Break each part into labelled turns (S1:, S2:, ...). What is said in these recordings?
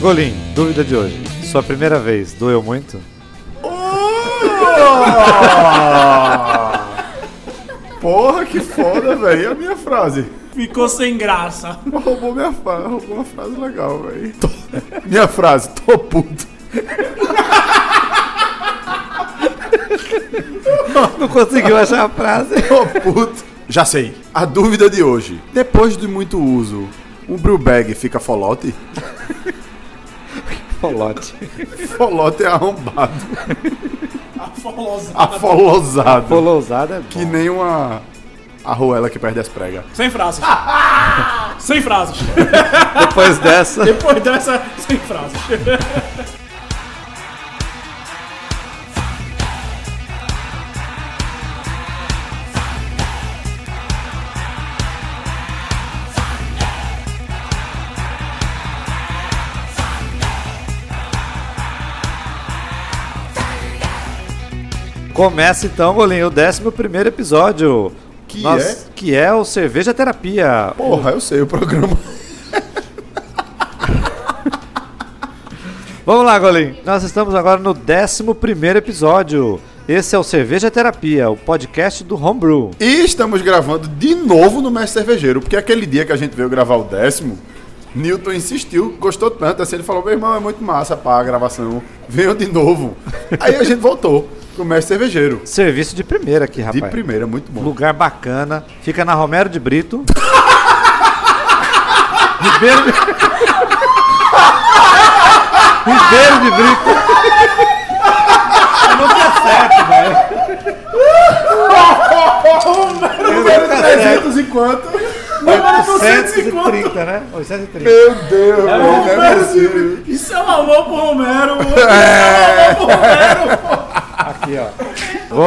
S1: Golim, dúvida de hoje. Sua primeira vez, doeu muito?
S2: Oh! Porra, que foda, velho. E a minha frase?
S3: Ficou sem graça.
S2: Roubou minha frase. Roubou uma frase legal, velho. Tô- Minha frase, tô puto.
S1: Não conseguiu achar a frase.
S2: Tô puto. Já sei. A dúvida de hoje. Depois de muito uso, um brewbag fica folote?
S1: Folote.
S2: Folote é arrombado.
S3: A folosada.
S2: Afolosado.
S1: Polousada é bom.
S2: Que nem uma arruela que perde as pregas.
S3: Sem frases. sem frases.
S1: Depois dessa...
S3: Depois dessa, sem frases.
S1: Começa então, Golinho, o 11 primeiro episódio.
S2: Que é?
S1: Que é o Cerveja Terapia.
S2: Porra, eu sei o programa.
S1: Vamos lá, Golim. Nós estamos agora no 11 primeiro episódio. Esse é o Cerveja Terapia, o podcast do Homebrew.
S2: E estamos gravando de novo no Mestre Cervejeiro, porque aquele dia que a gente veio gravar o décimo, Newton insistiu, gostou tanto, assim ele falou, meu irmão, é muito massa pá, a gravação, venham de novo. Aí a gente voltou pro Mestre Cervejeiro,
S1: Serviço de primeira aqui,
S2: de
S1: rapaz.
S2: primeira, muito bom.
S1: Lugar bacana. Fica na Romero de Brito. Ribeiro de... Ribeiro de Brito. Eu nunca acerto, velho.
S2: Número
S1: tá
S2: 300 e quanto?
S1: 830, né? 830.
S2: Meu Deus,
S1: um
S2: mano, não é possível.
S3: Isso é um amor pro Romero. Isso é um amor pro Romero.
S1: Aqui, ó.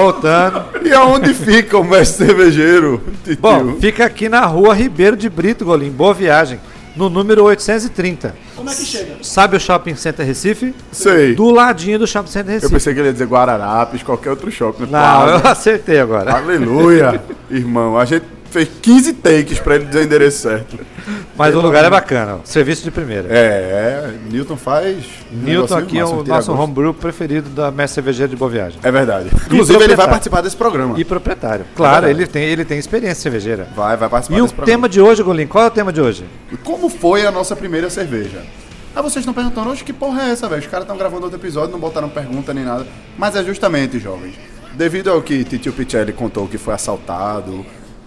S1: Voltando.
S2: E aonde fica o Mestre Cervejeiro, titio?
S1: Bom, fica aqui na rua Ribeiro de Brito, Golim. Boa viagem. No número 830.
S3: Como é que chega?
S1: Sabe o Shopping Center Recife?
S2: Sei.
S1: Do ladinho do Shopping Center
S2: Eu
S1: Recife.
S2: pensei que ele ia dizer Guararapes, qualquer outro shopping. né?
S1: Não, eu acertei agora.
S2: Aleluia, irmão. A gente fez 15 takes pra ele dizer o endereço certo.
S1: Mas o lugar é bacana. ó. Serviço de primeira.
S2: Ah, É, é Newton faz. um
S1: Newton
S2: negocinho
S1: aqui é
S2: massa,
S1: o
S2: tira
S1: nosso
S2: gosto.
S1: homebrew preferido da Mestre Cervejeira de Boa Viagem.
S2: É verdade. Inclusive, ele vai
S1: proprietário.
S2: participar desse programa.
S1: E proprietário. Claro,
S2: verdade.
S1: ele tem, ele tem experiência cervejeira.
S2: Vai, vai participar
S1: E o
S2: desse
S1: tema de hoje, Golim, qual é o tema de hoje?
S2: programa. Como foi a nossa primeira cerveja? Ah, vocês estão perguntando, hoje que porra é essa, velho? Os caras estão gravando outro episódio, não botaram pergunta nem nada. Mas é justamente, jovens. Devido ao que Titio Pichelli contou que foi assaltado,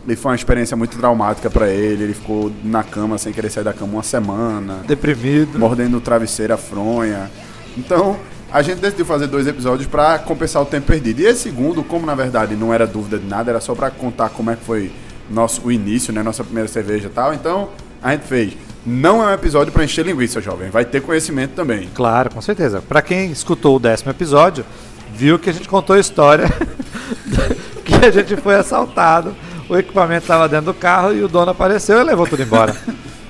S2: e foi uma experiência muito traumática pra ele, ele ficou na cama sem querer sair da cama uma semana.
S1: Deprimido.
S2: mordendo o travesseiro, a fronha. Então, a gente decidiu fazer dois episódios pra compensar o tempo perdido. E esse segundo, como na verdade não era dúvida de nada, era só pra contar como é que foi nosso, o início, né? Nossa primeira cerveja e tal. Então, a gente fez. Não é um episódio pra encher linguiça, jovem. Vai ter conhecimento também.
S1: Claro, com certeza. Pra quem escutou o décimo episódio, viu que a gente contou a história que a gente foi assaltado, o equipamento estava dentro do carro e o dono apareceu e levou tudo embora.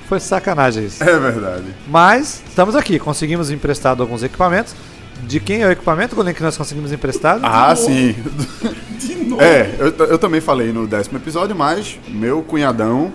S1: Foi sacanagem isso.
S2: É verdade.
S1: Mas estamos aqui, conseguimos emprestado alguns equipamentos. De quem é o equipamento, Golim, que nós conseguimos emprestado?
S2: Ah, sim.
S3: De novo.
S2: É, eu, t- eu também falei no décimo episódio, mas meu cunhadão,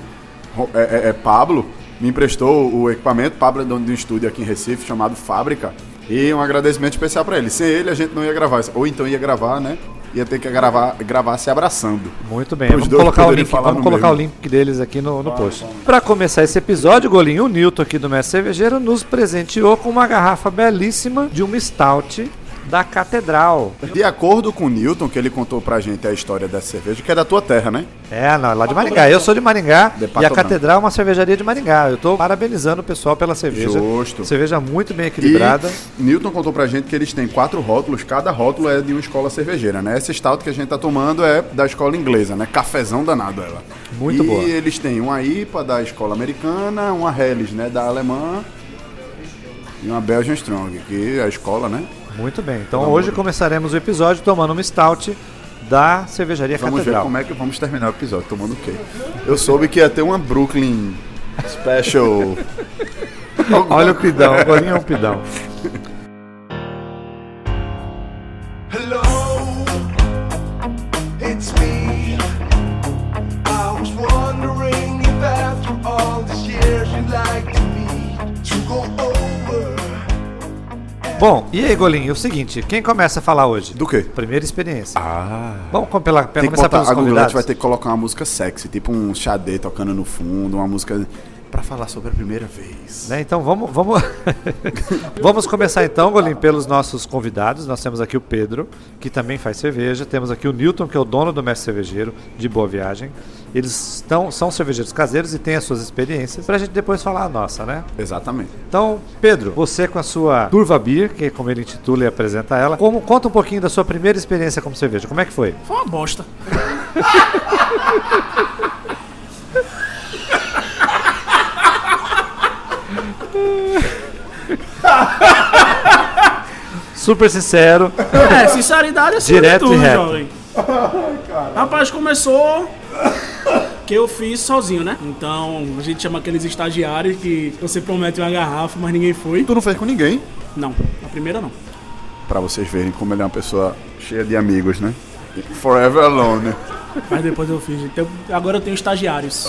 S2: Ro- é, é- é Pablo, me emprestou o equipamento. Pablo é dono de um estúdio aqui em Recife chamado Fábrica. E um agradecimento especial pra ele. Sem ele a gente não ia gravar. isso. Ou então ia gravar, né? Ia ter que gravar, gravar se abraçando.
S1: Muito bem,
S2: Os
S1: vamos
S2: dois
S1: colocar, o
S2: poderiam
S1: link,
S2: falar
S1: vamos
S2: no
S1: colocar o
S2: mesmo.
S1: link deles aqui no, no post. Para começar esse episódio, Golinho, o Newton aqui do Mestre Cervejeiro nos presenteou com uma garrafa belíssima de uma stout da Catedral.
S2: De acordo com o Newton, que ele contou pra gente a história dessa cerveja, que é da tua terra, né?
S1: É, não, é lá de Maringá. Eu sou de Maringá
S2: De Pato
S1: e a
S2: Branco.
S1: Catedral é uma cervejaria de Maringá. Eu tô parabenizando o pessoal pela cerveja.
S2: Justo.
S1: Cerveja muito bem equilibrada.
S2: E Newton contou pra gente que eles têm quatro rótulos, cada rótulo é de uma escola cervejeira, né? Essa stout que a gente tá tomando é da escola inglesa, né? Cafezão danado ela.
S1: Muito
S2: e
S1: boa.
S2: E eles têm uma IPA da escola americana, uma Helles, né, da alemã e uma Belgian Strong, que é a escola, né?
S1: Muito bem. Então hoje começaremos o episódio tomando uma stout da cervejaria
S2: Vamos ver
S1: Catedral.
S2: como é que vamos terminar o episódio, tomando o quê? Eu soube que ia ter uma Brooklyn Special.
S1: Olha o pidão, o Golinho é um pidão.
S4: Hello, it's me. I was wondering if after all these years you'd like to meet to go over
S1: Bom, e aí, Golinho, é o seguinte, quem começa a falar hoje?
S2: Do quê?
S1: Primeira experiência.
S2: Ah.
S1: Vamos com- pela, pela,
S2: Tem que
S1: começar
S2: botar,
S1: pelos
S2: a Gulante
S1: convidados.
S2: vai ter que colocar uma música sexy, tipo um xadê tocando no fundo, uma música pra falar sobre a primeira vez.
S1: Né, então vamos, vamos, vamos começar então, Golim, pelos nossos convidados. Nós temos aqui o Pedro, que também faz cerveja. Temos aqui o Newton, que é o dono do Mestre Cervejeiro, de Boa Viagem. Eles estão, são cervejeiros caseiros e têm as suas experiências, pra gente depois falar a nossa, né?
S2: Exatamente.
S1: Então, Pedro, você com a sua Turva Beer, que é como ele intitula e apresenta ela, como, conta um pouquinho da sua primeira experiência como cerveja. Como é que foi?
S3: Foi uma bosta.
S1: Super sincero.
S3: É, sinceridade é
S1: Direto e
S3: tudo,
S1: reto.
S3: jovem. Rapaz, começou que eu fiz sozinho, né? Então, a gente chama aqueles estagiários que você promete uma garrafa, mas ninguém foi.
S2: Tu não fez com ninguém.
S3: Não, a primeira não.
S2: Pra vocês verem como ele é uma pessoa cheia de amigos, né? Forever alone.
S3: Mas depois eu fiz. gente. Eu- agora eu tenho estagiários.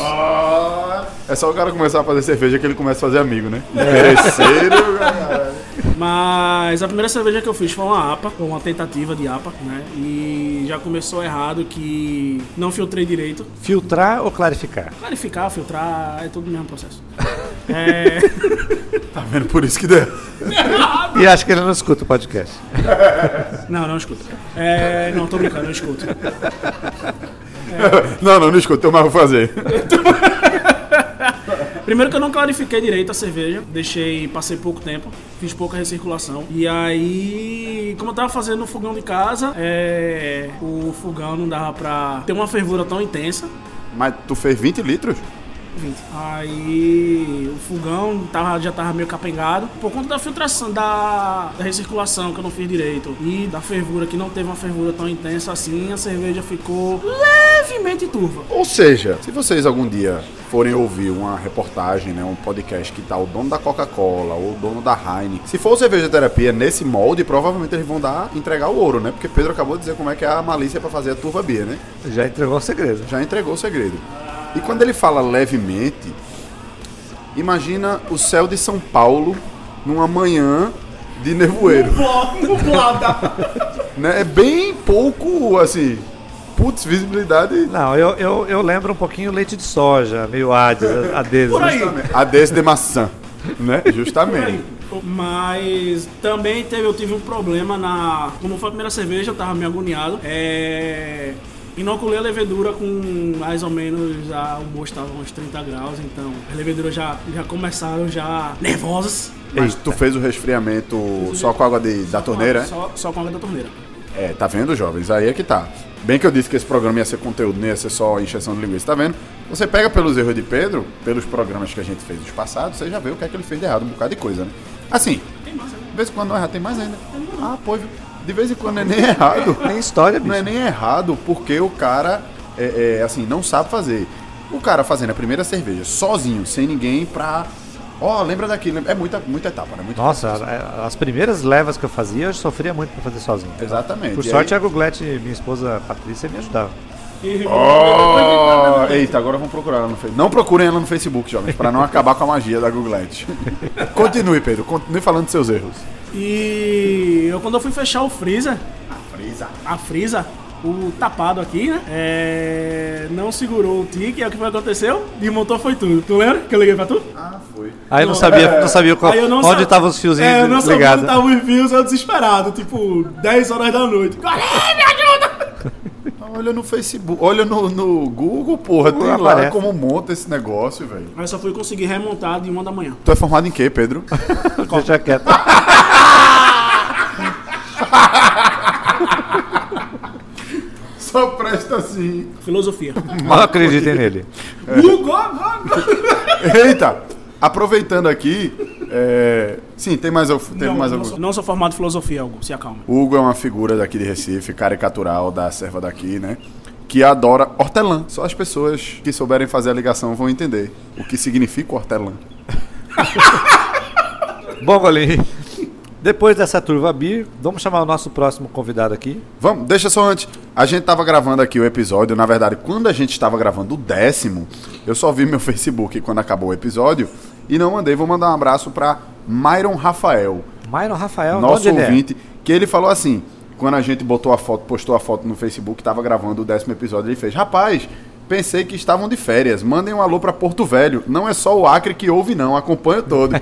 S2: É só o cara começar a fazer cerveja que ele começa a fazer amigo, né? Terceiro, cara.
S3: Mas a primeira cerveja que eu fiz foi uma APA, foi uma tentativa de APA, né? E já começou errado que não filtrei direito.
S1: Filtrar ou clarificar?
S3: Clarificar, filtrar, é tudo o mesmo processo. É,
S2: Tá vendo por isso que deu.
S1: E acho que ele não escuta o podcast.
S3: Não, não escuto. É, não, tô brincando, não escuto.
S2: Não, não, não escuta, eu mais vou fazer.
S3: Primeiro que eu não clarifiquei direito a cerveja, deixei, passei pouco tempo, fiz pouca recirculação. E aí, como eu tava fazendo no fogão de casa, é, o fogão não dava pra ter uma fervura tão intensa.
S2: Mas tu fez 20 litros?
S3: 20. Aí o fogão tava, já tava meio capengado. Por conta da filtração, da, da recirculação que eu não fiz direito e da fervura, que não teve uma fervura tão intensa assim, a cerveja ficou levemente turva.
S2: Ou seja, se vocês algum dia forem ouvir uma reportagem, né, um podcast que tá o dono da Coca-Cola ou o dono da Heineken, se for cerveja terapia nesse molde, provavelmente eles vão dar entregar o ouro, né? Porque Pedro acabou de dizer como é que é a malícia pra fazer a turva beer, né?
S1: Já entregou o segredo.
S2: já entregou o segredo. E quando ele fala levemente, imagina o céu de São Paulo numa manhã de nevoeiro. né? É bem pouco, assim, putz, visibilidade.
S1: Não, eu, eu, eu lembro um pouquinho leite de soja, meio Hades, Hades.
S3: Por aí.
S2: A desse de maçã, né? Justamente.
S3: Mas também teve, eu tive um problema na. Como foi a primeira cerveja, eu tava meio agoniado. É. Inoculei a levedura com mais ou menos a, o moço estava uns 30 graus, então as leveduras já, já começaram já nervosas.
S2: Mas tu fez o resfriamento só com água de- da torneira, é?
S1: né?
S3: Só, só com a água da torneira.
S2: É, tá vendo, jovens? Aí é que tá. Bem que eu disse que esse programa ia ser conteúdo, não ia ser só encheção de linguiça, tá vendo? Você pega pelos erros de Pedro, pelos programas que a gente fez nos passados, você já vê o que é que ele fez de errado, um bocado de coisa, né? Assim,
S3: Tem mais, né?
S2: de vez em quando não erra, tem mais ainda. Ah, pô, viu? de vez em quando não é nem errado.
S1: Tem tá história, bicho.
S2: Não é nem errado porque o cara, é, é, assim, não sabe fazer. O cara fazendo a primeira cerveja sozinho, sem ninguém, pra... Ó, lembra daquilo, lembra- é muita, muita etapa, né? Muito
S1: Nossa, a- a- as primeiras levas que eu fazia, eu sofria muito pra fazer sozinho.
S2: Exatamente.
S1: Por
S2: E
S1: sorte, é-
S2: aí-
S1: a Googlete, minha esposa Patrícia, me ajudava.
S2: Oh, eita, agora vamos procurar ela no Facebook. Não procurem ela no Facebook, jovens, pra não acabar com a magia da Google Ads. Continue, Pedro, continue falando de seus erros.
S3: E eu quando eu fui fechar o freezer, a Frieza, o tapado aqui, né? É, não segurou o tique, aí o que foi que aconteceu? Desmontou foi tudo. Tu lembra que eu liguei pra tu?
S2: Ah, foi.
S1: Aí eu não sabia, não sabia qual-
S3: Aí eu não
S1: onde
S3: sa-
S1: estavam os fiozinhos
S3: É, eu não sabia onde
S1: ligados.
S3: estavam os fios, eu desesperado, tipo, 10 horas da noite. é?
S2: Olha no Facebook, olha no, no Google, porra, tem lá
S1: aparece.
S2: como monta esse negócio, velho.
S3: Mas só fui conseguir remontar de uma da manhã.
S2: Tu é formado em quê, Pedro?
S1: Deixa quieto.
S2: Só presta assim.
S3: Filosofia.
S1: Não acreditem nele. É.
S3: Uh, go, go, go.
S2: Eita, aproveitando aqui, é... sim, tem mais, al- teve
S3: Não,
S2: mais
S3: não
S2: algum.
S3: sou- não sou formado em filosofia, Hugo, se acalma.
S2: Hugo é uma figura daqui de Recife, caricatural da serva daqui, né? Que adora hortelã. Só as pessoas que souberem fazer a ligação vão entender o que significa hortelã.
S1: Bom, Golim, depois dessa turva Beer, vamos chamar o nosso próximo convidado aqui.
S2: Vamos, deixa só antes. A gente tava gravando aqui o episódio. Na verdade, quando a gente estava gravando o décimo, eu só vi meu Facebook quando acabou o episódio e não mandei. Vou mandar um abraço pra Myron Rafael,
S1: Myron Rafael, de
S2: nosso
S1: onde ele é?
S2: ouvinte, que ele falou assim, quando a gente botou a foto, postou a foto no Facebook, tava gravando o décimo episódio, ele fez, rapaz, pensei que estavam de férias, mandem um alô pra Porto Velho, não é só o Acre que ouve não, acompanho todo.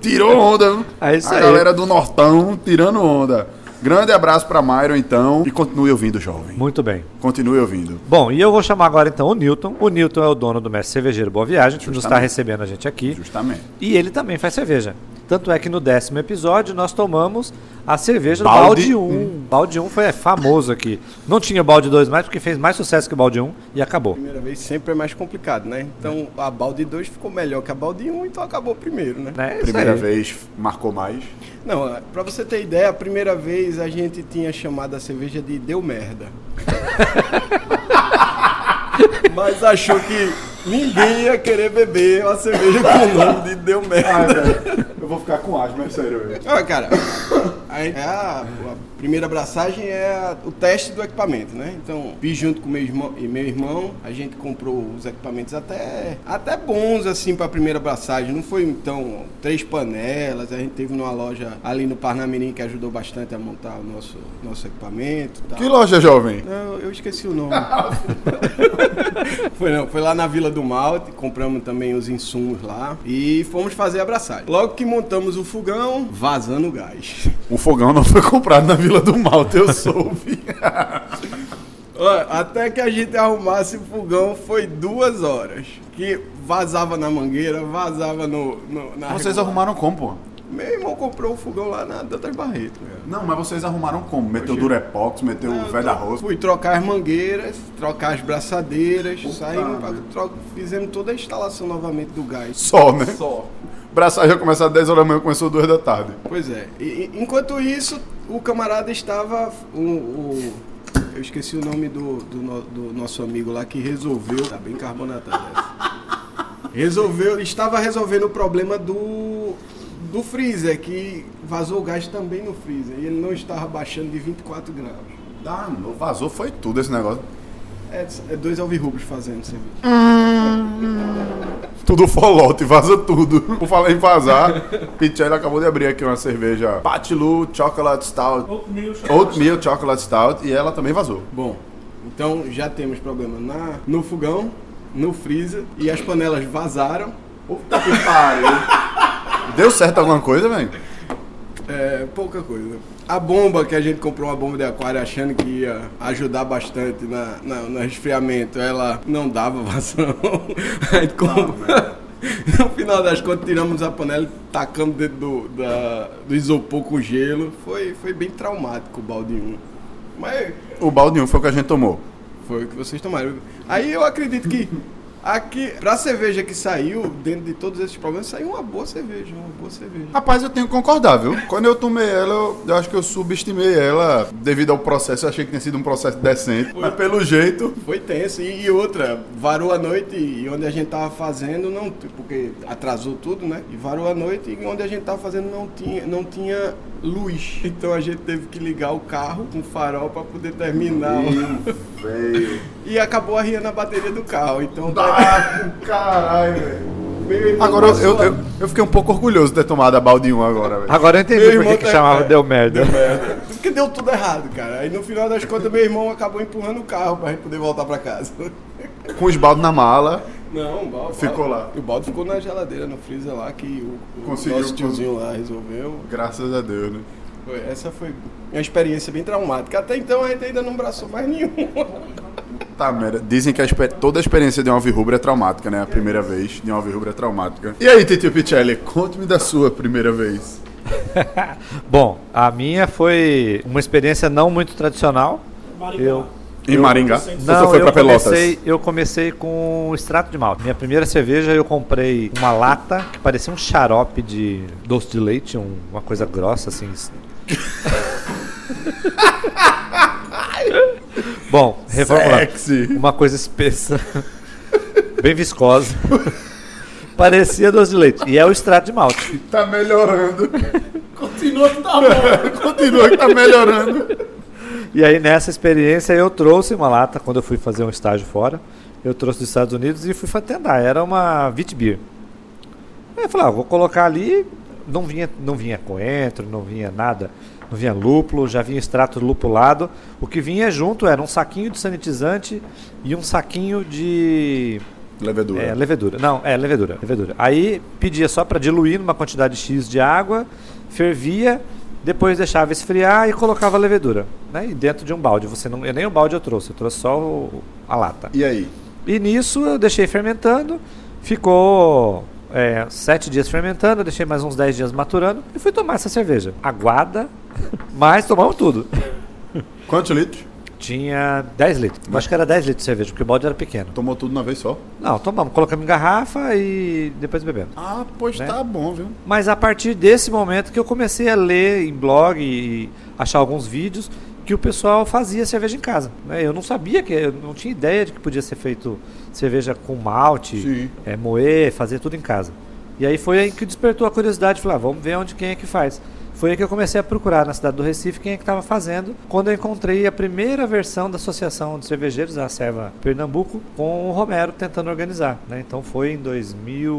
S2: Tirou onda, viu?
S1: É isso
S2: a
S1: aí.
S2: galera do Nortão tirando onda. Grande abraço pra Myron, então, e continue ouvindo, jovem.
S1: Muito bem.
S2: Continue ouvindo.
S1: Bom, e eu vou chamar agora então o Newton. O Newton é o dono do Mestre Cervejeiro Boa Viagem, que nos está
S2: Justamente.
S1: recebendo a gente aqui.
S2: Justamente.
S1: E ele também faz cerveja. Tanto é que no décimo episódio nós tomamos a cerveja
S2: Balde
S1: do Balde 1. Balde 1 foi é, famoso aqui. Não tinha o Balde 2 mais, porque fez mais sucesso que o Balde 1 e acabou.
S5: Primeira vez sempre é mais complicado, né? Então a balde 2 ficou melhor que a balde 1, então acabou primeiro, né?
S1: Né? Isso
S2: Primeira
S1: aí.
S2: vez, marcou mais.
S5: Não, é, pra você ter ideia, a primeira vez a gente tinha chamado a cerveja de Deu Merda. Mas achou que ninguém ia querer beber uma cerveja com o nome de Deu Merda.
S2: eu vou ficar com asma, é sério. velho.
S5: Ah, cara, a, é a- a primeira abraçagem é a- o teste do equipamento, né? Então, vi junto com meu irmão e meu irmão, a gente comprou os equipamentos até, até bons, assim, pra primeira abraçagem. Não foi, então, três panelas, a gente teve numa loja ali no Parnamirim que ajudou bastante a montar o nosso, nosso equipamento e tal.
S2: Que loja, jovem?
S5: Não, eu esqueci o nome. foi não, foi lá na Vila do Malte, compramos também os insumos lá e fomos fazer a abraçagem. Logo que montamos o fogão, vazando gás.
S2: O fogão não foi comprado na Vila do Malta, eu soube.
S5: Olha, Até que a gente arrumasse o fogão foi duas horas. Que vazava na mangueira, vazava no. no- na
S2: Vocês
S5: regular.
S2: arrumaram como, pô?
S5: Meu irmão comprou o fogão lá na Dantas Barreto, meu.
S2: Não, mas vocês arrumaram como? Meteu Durepox, meteu
S5: Eu
S2: Velha
S5: tro-
S2: Rosa.
S5: Fui trocar as mangueiras, trocar as braçadeiras,
S2: Puta
S5: saímos, pra-
S2: merda.
S5: tro- fizemos toda a instalação novamente do gás.
S2: Sol, né?
S5: Só.
S2: Braçagem ia começar às 10 horas da manhã, começou 2 da tarde.
S5: Pois é. E- e- enquanto isso, o camarada estava. O, o- eu esqueci o nome do, do, no- do nosso amigo lá que resolveu. Tá bem carbonatado essa. Resolveu. Estava resolvendo o problema do. Do freezer, que vazou o gás também no freezer. E ele não estava baixando de 24 graus.
S2: Ah, não, vazou, foi tudo esse negócio.
S5: É, é dois alvirrubos fazendo serviço.
S2: Tudo folote, vaza tudo. Por falar em vazar, Pichelli acabou de abrir aqui uma cerveja Patilu Chocolate Stout.
S3: Oatmeal,
S2: Oatmeal Chocolate Stout e ela também vazou.
S5: Bom, então já temos problema na, no fogão, no freezer e as panelas vazaram.
S2: Puta que pariu. Deu certo alguma coisa, velho?
S5: É, pouca coisa. A bomba que a gente comprou, uma bomba de aquário, achando que ia ajudar bastante na, na- no resfriamento, ela não dava vazão. A gente comprou- No final das contas, tiramos a panela e tacamos dentro do, da- do isopor com gelo. Foi, foi bem traumático o balde 1. Mas
S2: O balde 1 foi o que a gente tomou.
S5: Foi o que vocês tomaram. Aí eu acredito que aqui, pra cerveja que saiu, dentro de todos esses problemas, saiu uma boa cerveja, uma boa cerveja.
S2: Rapaz, eu tenho que concordar, viu? Quando eu tomei ela, eu, eu acho que eu subestimei ela devido ao processo. Eu achei que tinha sido um processo decente. Mas pelo jeito.
S5: Foi tenso. E, e outra, varou a noite e onde a gente tava fazendo, não, t- porque atrasou tudo, né? E varou a noite e onde a gente tava fazendo não tinha, não tinha luz. Então a gente teve que ligar o carro com farol pra poder terminar.
S2: Veio.
S5: E acabou arriando a bateria do carro. Então,
S2: Ah, caralho, velho.
S5: meu irmão
S2: Agora eu, eu,
S5: passou a-
S2: eu- eu fiquei um pouco orgulhoso de ter tomado a balde 1 agora, velho.
S1: Agora eu entendi
S5: Meu
S1: por que
S5: irmão
S1: que
S5: tá-
S1: chamava
S5: é.
S1: Deu Merda.
S5: Porque deu tudo errado, cara. Aí no final das contas, meu irmão acabou empurrando o carro pra gente poder voltar pra casa.
S1: Ah.
S2: Com os baldes na mala.
S5: Não, o balde.
S2: Ficou lá.
S5: O balde ficou na geladeira, no freezer lá, que o, o
S2: Conseguiu,
S5: nosso tiozinho lá resolveu.
S2: Graças a Deus, né?
S5: Foi- essa foi uma experiência bem traumática. Até então a gente ainda não abraçou mais nenhum.
S2: Tá, merda. Dizem que a exper- toda a experiência de uma verrubra é traumática, né? A primeira vez de uma verrubra é traumática. E aí, Titio Pichelli, conte-me da sua primeira vez.
S1: Bom, a minha foi uma experiência não muito tradicional.
S3: Maricá.
S1: Eu
S2: Em Maringá?
S3: Não,
S2: Ou
S1: Não,
S2: você foi
S1: eu
S2: pra Pelotas?
S1: comecei, eu comecei com um extrato de malte. Minha primeira cerveja eu comprei uma lata que parecia um xarope de doce de leite, um- uma coisa grossa assim. Bom, reformulando.
S2: Sexy.
S1: Uma coisa espessa. Bem viscosa. parecia doce de leite. E é o extrato de malte.
S2: Tá melhorando.
S3: Continua que tá bom.
S2: Continua que tá melhorando.
S1: E aí nessa experiência eu trouxe uma lata quando eu fui fazer um estágio fora. Eu trouxe dos Estados Unidos e fui fatendar. Era uma Witbier. Aí eu falei, ah, vou colocar ali, não vinha, não vinha coentro, não vinha nada, não vinha lúpulo, já vinha extrato lupulado. O que vinha junto era um saquinho de sanitizante e um saquinho de
S2: Levedura.
S1: é, levedura. Não, é levedura, levedura. Aí pedia só para diluir numa quantidade X de água, fervia, depois deixava esfriar e colocava a levedura, né? E dentro de um balde, você não, eu nem o balde eu trouxe, eu trouxe só o- a lata.
S2: E aí?
S1: E nisso eu deixei fermentando, ficou é, sete dias fermentando, eu deixei mais uns 10 dias maturando e fui tomar essa cerveja. Aguada, mas tomamos tudo.
S2: Quantos litros?
S1: Tinha 10 litros, eu acho que era 10 litros de cerveja, porque o balde era pequeno.
S2: Tomou tudo de uma vez só?
S1: Não, tomamos, colocamos em garrafa e depois bebemos.
S2: Ah, pois tá bom, viu?
S1: Mas a partir desse momento que eu comecei a ler em blog e achar alguns vídeos que o pessoal fazia cerveja em casa. né? Eu não sabia que, eu não tinha ideia de que podia ser feito cerveja com malte,
S2: Sim.
S1: é, moer, fazer tudo em casa. E aí foi aí que despertou a curiosidade, falei, ah, vamos ver onde quem é que faz. Foi aí que eu comecei a procurar na cidade do Recife quem é que estava fazendo, quando eu encontrei a primeira versão da Associação de Cervejeiros, a Serva Pernambuco, com o Romero tentando organizar. né? Então foi em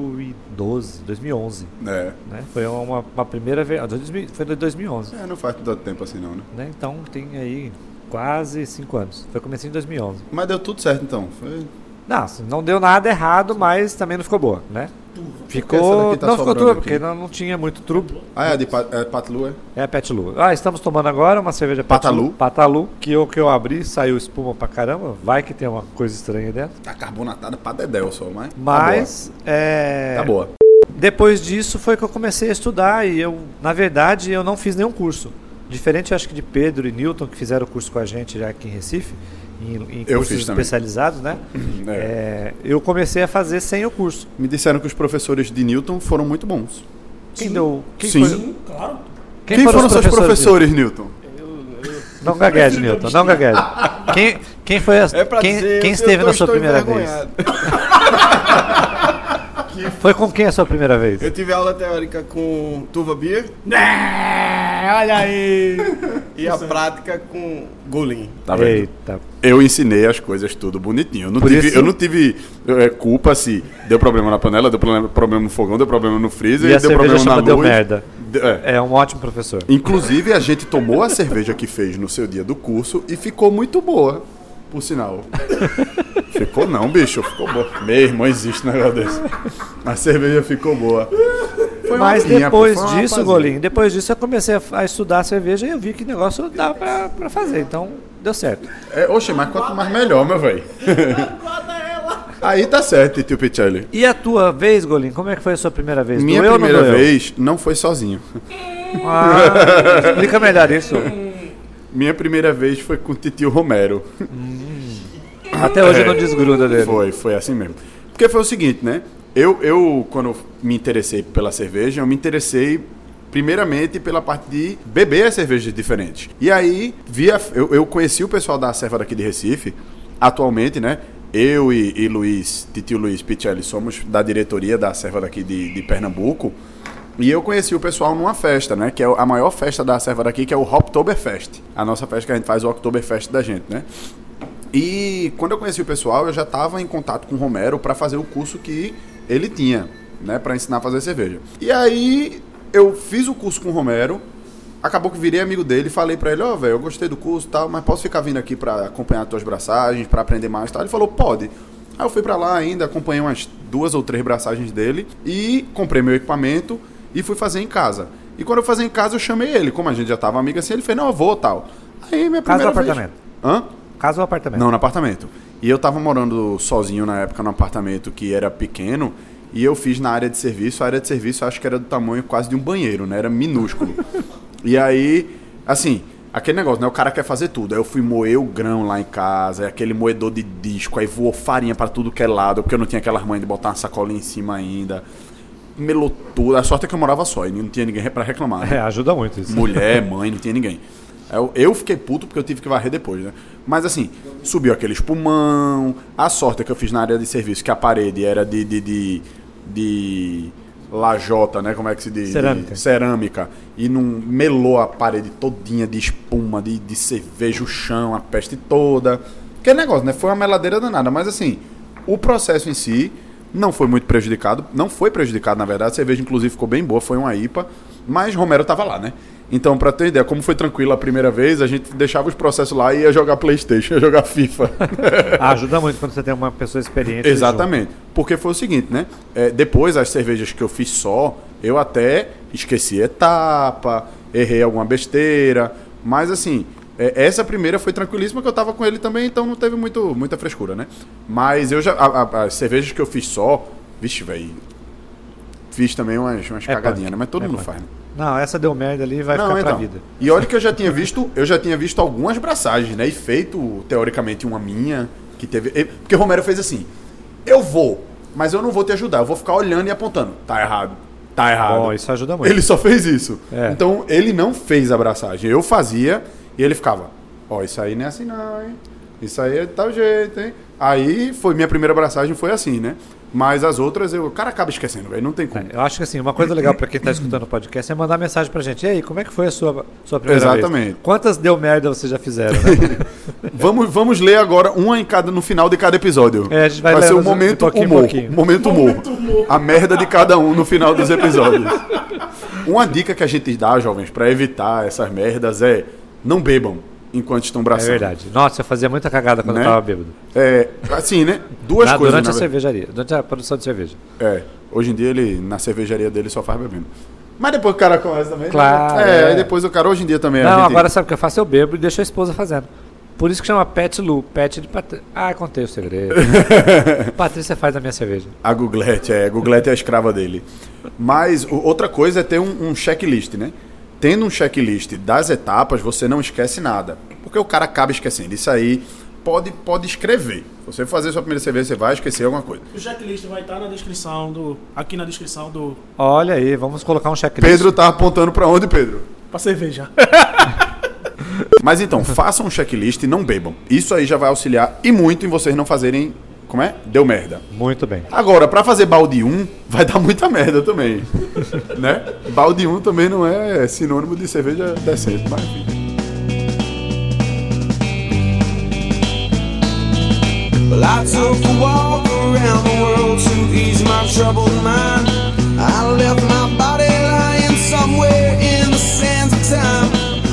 S1: 2012, 2011
S2: É.
S1: né? Foi uma, uma primeira vez, ah, foi de 2011,
S2: É, não faz tanto tempo assim não, né?
S1: né? Então tem aí quase cinco anos. Foi começo em 2011.
S2: Mas deu tudo certo então. Foi...
S1: Não, assim, não deu nada errado, mas também não ficou boa, né?
S2: Essa
S1: Ficou,
S2: daqui tá
S1: não ficou
S2: sobrando
S1: turva,
S2: aqui.
S1: porque não, não tinha muito trubo.
S2: Ah, é a de Pat, é Patlu, é?
S1: É a Pet Lu. Ah, estamos tomando agora uma cerveja Pet
S2: Patalu.
S1: Lu- Patalu, que eu que eu abri, saiu espuma pra caramba. Vai que tem uma coisa estranha dentro.
S2: Tá carbonatada pra dedéu só, mas...
S1: Mas é
S2: Tá boa. Tá boa.
S1: Depois disso foi que eu comecei a estudar e eu, na verdade, eu não fiz nenhum curso. Diferente, acho que de Pedro e Newton, que fizeram o curso com a gente já aqui em Recife, em, em
S2: Eu
S1: cursos
S2: fiz também.
S1: especializados, né?
S2: É.
S1: É, eu comecei a fazer sem o curso.
S2: Me disseram que os professores de Newton foram muito bons.
S1: Quem
S3: Sim.
S1: deu? Quem,
S2: Sim.
S1: foi-
S3: Sim, claro.
S1: quem
S2: Quem foram, seus
S1: Newton?
S2: professores, Newton?
S1: Não gagueje, Newton, não gagueje. Quem, quem foi as,
S5: É pra
S1: quem,
S5: dizer,
S1: quem
S5: eu
S1: esteve
S5: tô-
S1: na sua
S5: estou
S1: primeira vez?
S5: envergonhado.
S1: Foi com quem a sua primeira vez?
S5: Eu tive aula teórica com Tuva Beer
S3: É, olha aí.
S5: e a prática com Golin.
S2: Tá
S1: Eita.
S2: Eu ensinei as coisas tudo bonitinho. Eu não
S1: Por
S2: tive,
S1: isso-
S2: eu não tive é, culpa se deu problema na panela, deu problema, problema no fogão, deu problema no freezer,
S1: E a
S2: deu
S1: cerveja
S2: problema na
S1: chama
S2: luz.
S1: deu merda.
S2: De- é.
S1: É um ótimo professor.
S2: Inclusive, a gente tomou a cerveja que fez no seu dia do curso e ficou muito boa, por sinal. ficou não, bicho, ficou boa. Meu irmão, existe um negócio desse. A cerveja ficou boa. Foi uma
S1: Mas
S2: pinha, pô,
S1: depois
S2: foi uma
S1: disso,
S2: rapazinha.
S1: Golim, depois disso eu comecei a, a estudar cerveja e eu vi que negócio dá pra, pra fazer. Então, deu certo.
S2: É, oxe, mas quanto mais melhor, meu velho. Aí tá certo, tio Pichelli.
S1: E a tua vez, Golim, como é que foi a sua primeira vez?
S2: Minha
S1: doeu ou
S2: primeira
S1: não doeu?
S2: vez não foi sozinho.
S1: Ah, explica melhor isso.
S2: Minha primeira vez foi com o titio Romero.
S1: Até hoje eu não desgruda dele.
S2: É. Foi, foi assim mesmo. Porque foi o seguinte, né? Eu, eu quando me interessei pela cerveja, eu me interessei primeiramente pela parte de beber as cervejas diferentes. E aí, via, eu, eu conheci o pessoal da serva daqui de Recife, atualmente, né? Eu e, e Luiz, Titio Luiz Pichelli, somos da diretoria da serva daqui de, de Pernambuco. E eu conheci o pessoal numa festa, né? Que é a maior festa da serva daqui, que é o Hoptoberfest. A nossa festa que a gente faz, é o Oktoberfest da gente, né? E quando eu conheci o pessoal, eu já estava em contato com o Romero para fazer o curso que ele tinha, né, para ensinar a fazer cerveja. E aí eu fiz o curso com o Romero, acabou que virei amigo dele, falei para ele, ó, velho, eu gostei do curso, e tal, mas posso ficar vindo aqui para acompanhar tuas braçagens, para aprender mais, e tal. Ele falou: "Pode". Aí eu fui pra lá ainda, acompanhei umas duas ou três braçagens dele e comprei meu equipamento e fui fazer em casa. E quando eu fazia em casa, eu chamei ele, como a gente já tava amigo assim, ele fez, não, eu vou, tal. Aí minha
S1: Casa
S2: primeira
S1: ou
S2: vez-
S1: apartamento?
S2: Hã?
S1: Casa ou apartamento?
S2: Não, no apartamento. E eu tava morando sozinho na época num apartamento que era pequeno. E eu fiz na área de serviço. A área de serviço eu acho que era do tamanho quase de um banheiro, né? Era minúsculo. e aí, assim, aquele negócio, né? O cara quer fazer tudo. Aí eu fui moer o grão lá em casa, aí aquele moedor de disco. Aí voou farinha pra tudo que é lado, porque eu não tinha aquela manha de botar uma sacolinha em cima ainda. Melou tudo. A sorte é que eu morava só e não tinha ninguém pra reclamar. né?
S1: É, ajuda muito isso.
S2: Mulher, mãe, não tinha ninguém. Eu, eu fiquei puto porque eu tive que varrer depois, né? Mas assim, subiu aquele espumão. A sorte é que eu fiz na área de serviço, que a parede era de. de, de, de lajota, né? Como é que se diz?
S1: Cerâmica.
S2: De cerâmica. E não melou a parede todinha de espuma, de, de cerveja, o chão, a peste toda. Que negócio, né? Foi uma meladeira danada. Mas assim, o processo em si Não foi muito prejudicado. Não foi prejudicado, na verdade. A cerveja, inclusive, ficou bem boa. Foi uma IPA. Mas Romero tava lá, né? Então, pra ter ideia, como foi tranquilo a primeira vez, a gente deixava os processos lá e ia jogar Playstation, ia jogar FIFA.
S1: Ajuda muito quando você tem uma pessoa experiente.
S2: Exatamente. Porque foi o seguinte, né? É, depois as cervejas que eu fiz só, eu até esqueci etapa, errei alguma besteira. Mas assim, é, essa primeira foi tranquilíssima, que eu tava com ele também, então não teve muito, muita frescura, né? Mas eu já. a- a- as cervejas que eu fiz só, vixe, velho. Fiz também umas, umas
S1: É
S2: cagadinhas,
S1: punk.
S2: né? Mas todo
S1: É
S2: mundo
S1: punk.
S2: faz, né?
S1: Não, essa deu merda ali e vai
S2: Não,
S1: ficar pra
S2: então.
S1: vida.
S2: E olha que eu já tinha visto, eu já tinha visto algumas braçagens, né? E feito, teoricamente, uma minha, que teve. e- Porque o Romero fez assim: eu vou, mas eu não vou te ajudar, eu vou ficar olhando e apontando. Tá errado, tá errado.
S1: Bom, isso ajuda muito.
S2: Ele só fez isso.
S1: É.
S2: Então ele não fez a abraçagem. Eu fazia e ele ficava: Ó, isso aí não é assim não, hein? Isso aí é de tal jeito, hein? Aí foi minha primeira abraçagem foi assim, né? Mas as outras eu. O cara acaba esquecendo, velho. Não tem como.
S1: Eu acho que assim, uma coisa legal pra quem tá escutando o podcast é mandar mensagem pra gente. E aí, como é que foi a sua, sua primeira vez?
S2: Exatamente.
S1: Quantas deu merda vocês já fizeram? né?
S2: Vamos, vamos ler agora uma em cada, no final de cada episódio.
S1: É, a gente vai
S2: ser
S1: lendo
S2: o
S1: de
S2: momento
S1: pouquinho em
S2: humor.
S1: pouquinho.
S2: Momento humor.
S3: Momento humor.
S2: A merda de cada um no final dos episódios. uma dica que a gente dá, jovens, pra evitar essas merdas é não bebam enquanto estão
S1: é
S2: braçando.
S1: verdade. Nossa, eu fazia muita cagada quando
S2: Né?
S1: eu tava bêbado.
S2: É, assim, né? Duas
S1: Na- durante a
S2: coisas. na verdade.
S1: cervejaria, durante a produção de cerveja.
S2: É, hoje em dia ele, na cervejaria dele, só faz bebendo. Mas depois o cara começa também. né?
S1: Claro,
S2: É,
S1: é.
S2: aí depois o cara, hoje em dia também. É, a
S1: Não,
S2: gente-
S1: agora sabe o que eu faço? Eu bebo e deixo a esposa fazendo. Por isso que chama Pet Lu, Pet de Patrícia. Ah, contei o segredo. Patrícia faz a minha cerveja.
S2: A Googlete, é. A Googlete é a escrava dele. Mas o- outra coisa é ter um, um checklist, né? Tendo um checklist das etapas, você não esquece nada. Porque o cara acaba esquecendo. Isso aí pode, pode escrever. Você fazer sua primeira cerveja, você vai esquecer alguma coisa.
S3: O checklist vai estar na descrição do. Aqui na descrição do.
S1: Olha aí, vamos colocar um checklist.
S2: Pedro tá apontando pra onde, Pedro?
S3: Pra cerveja.
S2: Mas então, façam um checklist e não bebam. Isso aí já vai auxiliar e muito em vocês não fazerem. Como é? Deu merda.
S1: Muito bem.
S2: Agora, pra fazer balde 1, vai dar muita merda também. né? Balde 1 também não é sinônimo de cerveja decente, mas enfim.
S4: Well, I took a walk around the world to ease my troubled mind. I left my body lying somewhere in the sands of time.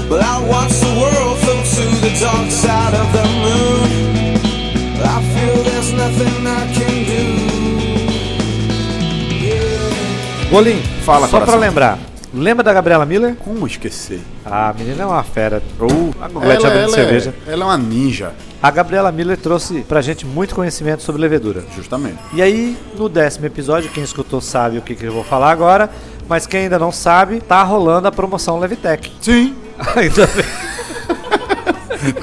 S4: But I watched the world float to the dark side of the moon. I feel there's nothing I can do. Yeah.
S1: Golim,
S2: Fala,
S1: só pra
S2: coração.
S1: lembrar. Lembra da Gabriela Miller?
S2: Como esquecer?
S1: A menina é uma fera.
S2: Ou
S1: A Googlete abrindo cerveja.
S2: É, ela é uma ninja,
S1: A Gabriela Miller trouxe pra gente muito conhecimento sobre levedura.
S2: justamente.
S1: E aí, no décimo episódio, quem escutou sabe o que, que eu vou falar agora, mas quem ainda não sabe, tá rolando a promoção Levitec.
S2: Sim.
S1: Ainda bem.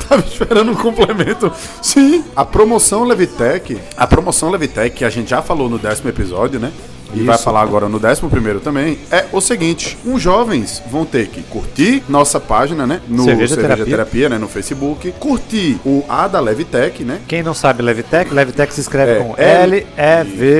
S2: Tava esperando um complemento. Sim. A promoção Levitec. A promoção Levitec, que a gente já falou no décimo episódio, né? E vai falar agora no décimo primeiro também. É o seguinte: os jovens vão ter que curtir nossa página, né? No
S1: Cerveja Terapia.
S2: né? No Facebook. Curtir o A da Levitec, né?
S1: Quem não sabe Levitec, Levitec se escreve
S2: É,
S1: com
S2: L-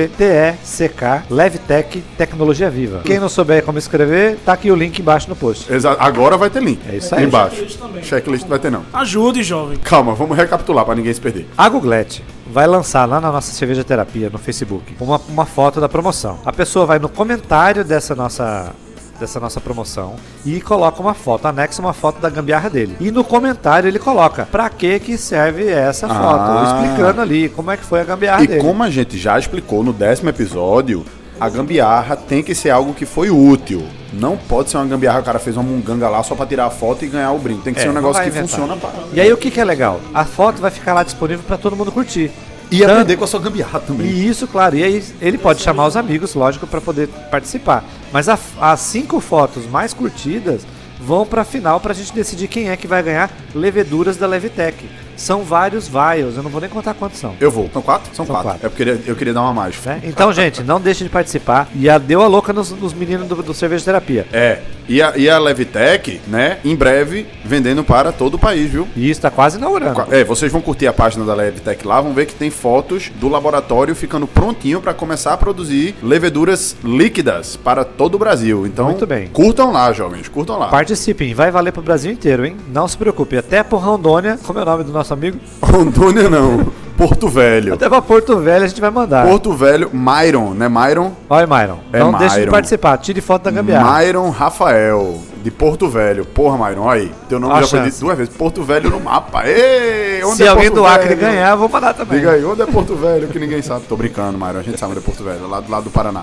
S1: L-E-V-T-E-C-K, Levitec Tecnologia Viva. Quem não souber como escrever, tá aqui o link embaixo no post.
S2: Exa agora vai ter link.
S1: É isso aí.
S2: Embaixo.
S3: Checklist também.
S2: Checklist vai ter, não.
S3: Ajude, jovem.
S2: Calma, vamos recapitular pra ninguém se perder.
S1: A Googlete vai lançar lá na nossa cerveja terapia no Facebook uma, uma foto da promoção. A pessoa vai no comentário dessa nossa dessa nossa promoção e coloca uma foto, anexa uma foto da gambiarra dele. E no comentário ele coloca pra que que serve essa
S2: Ah.
S1: foto, explicando ali como é que foi a gambiarra
S2: E
S1: dele.
S2: como a gente já explicou no décimo episódio, a gambiarra tem que ser algo que foi útil. Não pode ser uma gambiarra, o cara fez uma munganga lá só pra tirar a foto e ganhar o brinde. Tem que
S1: É,
S2: ser um
S1: não
S2: negócio
S1: vai
S2: que
S1: inventar.
S2: funciona para.
S1: E aí o que que é legal? A foto vai ficar lá disponível pra todo mundo curtir.
S2: E aprender com a sua gambiarra também.
S1: E isso, claro, e aí ele pode chamar os amigos, lógico, para poder participar. Mas a- as cinco fotos mais curtidas vão para final para a gente decidir quem é que vai ganhar leveduras da Levitec. São vários vials, eu não vou nem contar quantos são.
S2: Eu vou. São quatro? São,
S1: São
S2: quatro.
S1: quatro.
S2: É porque eu queria- eu queria dar uma mais.
S1: né? Então, gente, não deixe de participar. E a deu a louca nos, nos meninos do, do Cerveja Terapia.
S2: É. E a, e a Levitec, né? Em breve, vendendo para todo o país, viu?
S1: E isso tá quase inaugurando.
S2: É, vocês vão curtir a página da Levtech lá, vão ver que tem fotos do laboratório ficando prontinho para começar a produzir leveduras líquidas para todo o Brasil. Então,
S1: Muito bem.
S2: curtam lá, jovens, curtam lá.
S1: Participem, vai valer pro Brasil inteiro, hein? Não se preocupe, até por Rondônia, como é o nome do nosso amigo?
S2: Rondônia não. Porto Velho.
S1: Até pra Porto Velho a gente vai mandar.
S2: Porto Velho, Myron, né? Myron?
S1: Olha, Myron.
S2: É
S1: não deixe de
S2: Myron.
S1: participar. Tire foto da gambiarra.
S2: Myron Rafael, de Porto Velho. Porra, Myron, olha aí. Teu nome
S1: Ó a
S2: já foi
S1: chance.
S2: dito duas vezes. Porto Velho no mapa. Ei, onde
S1: Se
S2: é
S1: alguém
S2: Porto
S1: do Acre
S2: Velho?
S1: ganhar, eu vou mandar também.
S2: Diga aí, onde é Porto Velho que ninguém sabe? Tô brincando, Myron. A gente sabe onde é Porto Velho, lá do lado do Paraná.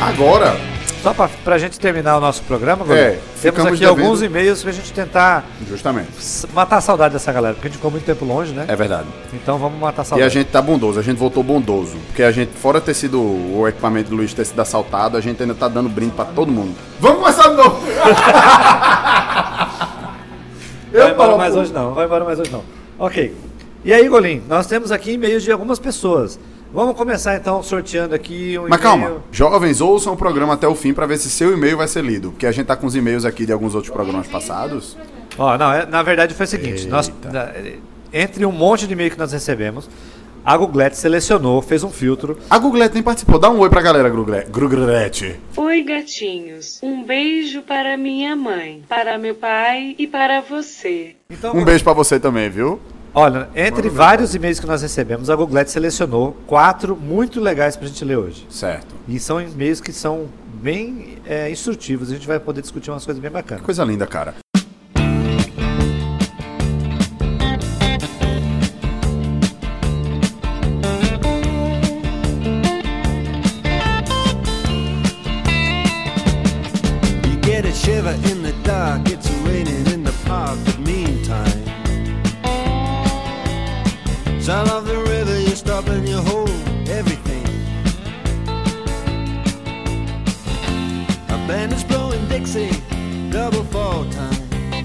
S2: Agora,
S1: Só pra, pra gente terminar o nosso programa, Gomes, temos
S2: É, ficamos
S1: aqui
S2: devendo.
S1: alguns e-mails pra gente tentar
S2: justamente.
S1: s- matar a saudade dessa galera, porque a gente ficou muito tempo longe, né?
S2: É verdade.
S1: Então vamos matar a
S2: E a
S1: saudade.
S2: gente tá bondoso, a gente voltou bondoso. Porque a gente, fora ter sido o equipamento do Luiz ter sido assaltado, a gente ainda tá dando brinde pra todo mundo. Vamos começar de novo!
S1: Vai embora mais hoje não, vai embora mais hoje não. Ok. E aí, Golim, nós temos aqui e-mails de algumas pessoas. Vamos começar então sorteando aqui um
S2: Mas
S1: e-mail.
S2: calma, jovens, ouçam o programa até o fim pra ver se seu e-mail vai ser lido. Porque a gente tá com os e-mails aqui de alguns outros programas passados.
S1: Ó, não, é- na verdade foi o seguinte, nós, na- entre um monte de e-mail que nós recebemos, a Googlete selecionou, fez um filtro.
S2: A Guglete nem participou. Dá um oi pra galera, Grugle- Gruglete.
S6: Oi, gatinhos. Um beijo para minha mãe, para meu pai e para você.
S1: Então,
S2: Um beijo pra você também, viu?
S1: Olha, entre vários e-mails que nós recebemos, a Googlete selecionou quatro muito legais pra gente ler hoje.
S2: Certo.
S1: E são e-mails que são bem é, instrutivos, a gente vai poder discutir umas coisas bem bacanas.
S2: Coisa linda, cara.
S4: You get a shiver in the dark, it's raining in the park, but meantime. Sound of the river, you stop and you hold everything. A band is blowing Dixie, double fall time.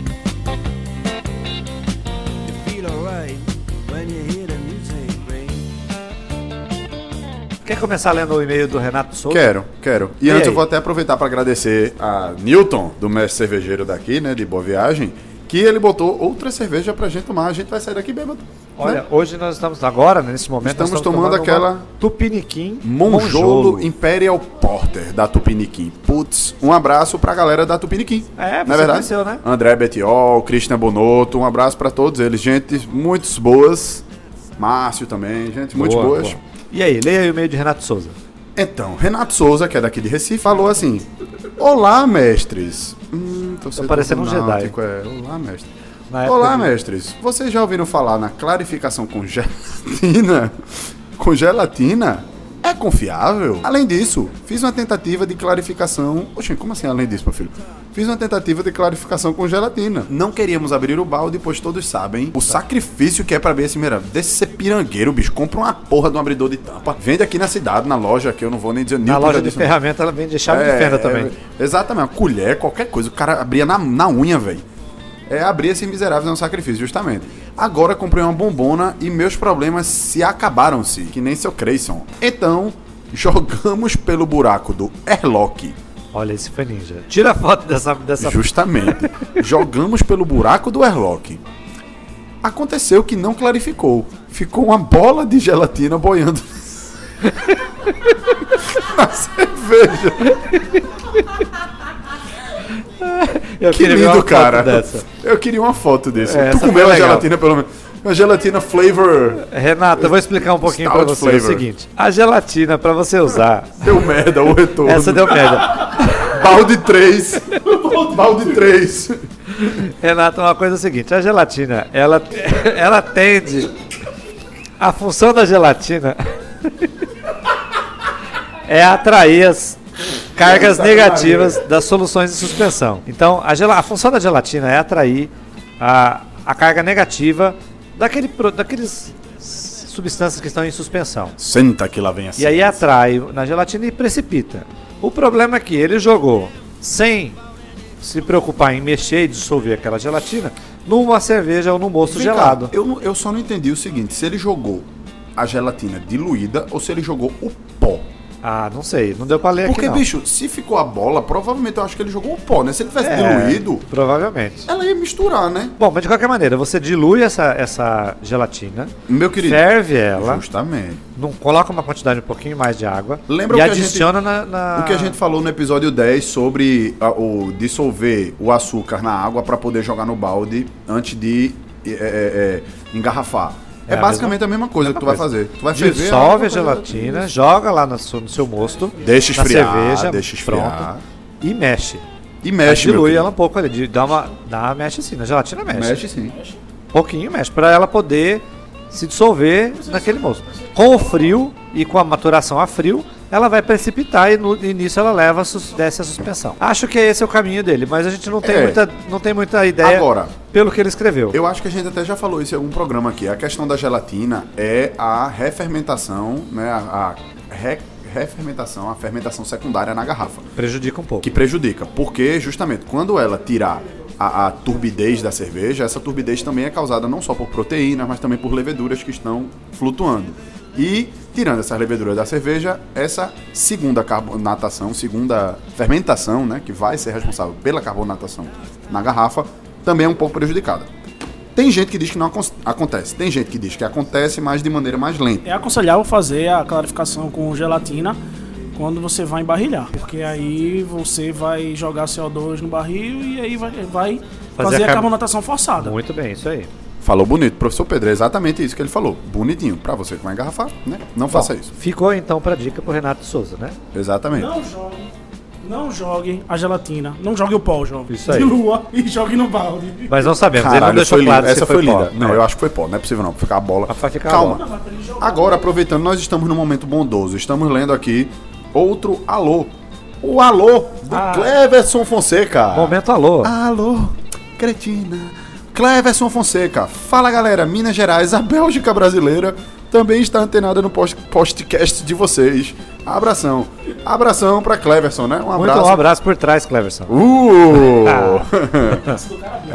S4: You feel alright when you hear the music ring.
S1: Quer começar lendo o e-mail do Renato Souza?
S2: Quero, quero. E,
S1: E
S2: antes
S1: aí?
S2: eu vou até aproveitar pra agradecer a Newton, do mestre cervejeiro daqui, né? De Boa Viagem, que ele botou outra cerveja pra gente tomar. A gente vai sair daqui bêbado.
S1: Olha,
S2: né?
S1: hoje nós estamos, agora, né, nesse momento, nós
S2: Estamos tomando
S1: uma
S2: aquela
S1: Tupiniquim
S2: Monjolo Imperial Porter da Tupiniquim. Putz, um abraço pra galera da Tupiniquim.
S1: É,
S2: Não
S1: você conheceu, né?
S2: André Betiol, Cristian Bonotto, um abraço pra todos eles. Gente, muitos boas. Márcio também, gente, muito
S1: Boa,
S2: boas.
S1: boa. E aí, leia aí o e-mail de Renato Souza.
S2: Então, Renato Souza, que é daqui de Recife, falou assim: Olá, mestres. Hum, tô sendo
S1: parecendo um Jedi.
S2: náutico, é. Olá, mestre.
S1: Na época
S2: Olá,
S1: de-
S2: mestres. Vocês já ouviram falar na clarificação com gelatina? com gelatina? É confiável? Além disso, fiz uma tentativa de clarificação. Oxê, como assim além disso, meu filho? Fiz uma tentativa de clarificação com gelatina. Não queríamos abrir o balde, pois todos sabem o sacrifício que é pra abrir esse primeiro. Desse ser pirangueiro, bicho. Compra uma porra de um abridor de tampa. Vende aqui na cidade, na loja, que eu não vou nem dizer
S1: Na
S2: Newton já
S1: loja de
S2: disse-
S1: ferramenta, ela vende chave de fenda também.
S2: é, exatamente, uma colher, qualquer coisa. O cara abria na, na unha, velho. É, abrir esses miseráveis é um sacrifício, justamente. Agora comprei uma bombona e meus problemas se acabaram-se, que nem seu Creyson. Então, jogamos pelo buraco do Airlock.
S1: Olha, esse foi ninja. Tira a foto dessa... dessa...
S2: Justamente. Jogamos pelo buraco do airlock. Aconteceu que não clarificou. Ficou uma bola de gelatina boiando. na cerveja.
S1: Eu
S2: Que
S1: queria ver uma
S2: lindo,
S1: foto
S2: cara.
S1: dessa.
S2: Eu queria uma foto desse.
S1: É,
S2: tu
S1: essa foi
S2: comeu a
S1: legal.
S2: gelatina, pelo menos. Uma gelatina flavor.
S1: Renato, eu vou explicar um pouquinho
S2: Stout
S1: pra você
S2: flavor.
S1: o seguinte. A gelatina, pra você usar,
S2: Deu merda, o retorno.
S1: essa deu merda.
S2: Balde 3. Balde 3.
S1: Renato, uma coisa é a seguinte. A gelatina, ela, ela tende... A função da gelatina é atrair as cargas
S2: é
S1: negativas das soluções de suspensão. Então, a, gela- a função da gelatina é atrair a, a carga negativa daquele, pro- daqueles s- substâncias que estão em suspensão.
S2: Senta que lá vem assim.
S1: E aí atrai na gelatina e precipita. O problema é que ele jogou sem se preocupar em mexer e dissolver aquela gelatina numa cerveja ou num moço
S2: Vem cá,
S1: gelado.
S2: eu, não- eu só não entendi o seguinte: se ele jogou a gelatina diluída ou se ele jogou o pó
S1: Ah, não sei. Não deu pra ler
S2: Porque,
S1: aqui, não.
S2: bicho, se ficou a bola, provavelmente eu acho que ele jogou o pó, né? Se ele tivesse
S1: É,
S2: diluído,
S1: Provavelmente.
S2: ela ia misturar, né?
S1: Bom, mas de qualquer maneira, você dilui essa, essa gelatina,
S2: Meu querido.
S1: ferve ela,
S2: Justamente.
S1: não coloca uma quantidade um pouquinho mais de água
S2: Lembra
S1: e
S2: o que a gente-
S1: adiciona na, na-
S2: O que a gente falou no episódio 10 sobre a- o dissolver o açúcar na água para poder jogar no balde antes de é, é, é, engarrafar.
S1: É
S2: É,
S1: a
S2: basicamente a mesma coisa que tu vai
S1: coisa.
S2: fazer. Tu vai ferver
S1: Dissolve a
S2: água pra fazer-
S1: gelatina, joga lá no seu, no seu mosto,
S2: Deixa
S1: na
S2: esfriar,
S1: cerveja,
S2: deixa esfriar.
S1: pronto, e mexe.
S2: E mexe, meu
S1: dilui
S2: querido.
S1: ela um pouco ali, de- dá uma, dá uma mexe assim, na gelatina mexe. Um
S2: Mexe sim.
S1: pouquinho mexe, pra ela poder se dissolver naquele moço. Com o frio e com a maturação a frio, ela vai precipitar e no início ela leva, sus- desce a suspensão. Acho que esse é o caminho dele, mas a gente não tem,
S2: É.
S1: muita, não tem muita ideia
S2: Agora.
S1: pelo que ele escreveu.
S2: Eu acho que a gente até já falou isso em algum programa aqui. A questão da gelatina é a refermentação, né? A, a re- refermentação, a fermentação secundária na garrafa.
S1: Prejudica um pouco.
S2: que prejudica, porque justamente quando ela tirar a, a turbidez da cerveja, essa turbidez também é causada não só por proteínas, mas também por leveduras que estão flutuando. E tirando essas leveduras da cerveja, essa segunda carbonatação, segunda fermentação, né, que vai ser responsável pela carbonatação na garrafa, também é um pouco prejudicada. Tem gente que diz que não acon- acontece, tem gente que diz que acontece, mas de maneira mais lenta.
S3: É aconselhável fazer a clarificação com gelatina quando você vai embarrilhar, porque aí você vai jogar CO2 no barril e aí vai, vai fazer,
S1: a
S3: a
S1: car-
S3: carbonatação forçada.
S1: Muito bem, isso aí.
S2: Falou bonito, professor Pedro, é exatamente isso que ele falou. Bonitinho, pra você que vai engarrafar, né? Não faça isso.
S1: Ficou então pra dica pro Renato Souza, né?
S2: Exatamente.
S3: Não jogue, não jogue a gelatina, não jogue o pó, jovem.
S1: Isso aí.
S3: Dilua e jogue no balde.
S1: Mas não sabemos, ele não
S2: Caralho,
S1: deixou
S2: foi
S1: claro
S2: linda.
S1: se
S2: Essa foi,
S1: pó.
S2: linda. Não, eu acho que foi pó. Não é possível não. Ficar a bola.
S1: Mas vai ficar a
S2: Calma.
S1: bola.
S2: Agora, aproveitando, nós estamos num momento bondoso. Estamos lendo aqui outro alô. O alô do
S1: Ah.
S2: Cleverson Fonseca.
S1: Momento alô.
S2: Ah, Alô, cretina. Cleverson Fonseca. Fala, galera. Minas Gerais, a Bélgica brasileira, também está antenada no post- podcast de vocês. Abração. Abração pra Cleverson, né? Um
S1: Muito
S2: abraço.
S1: um abraço por trás, Cleverson.
S2: Uh!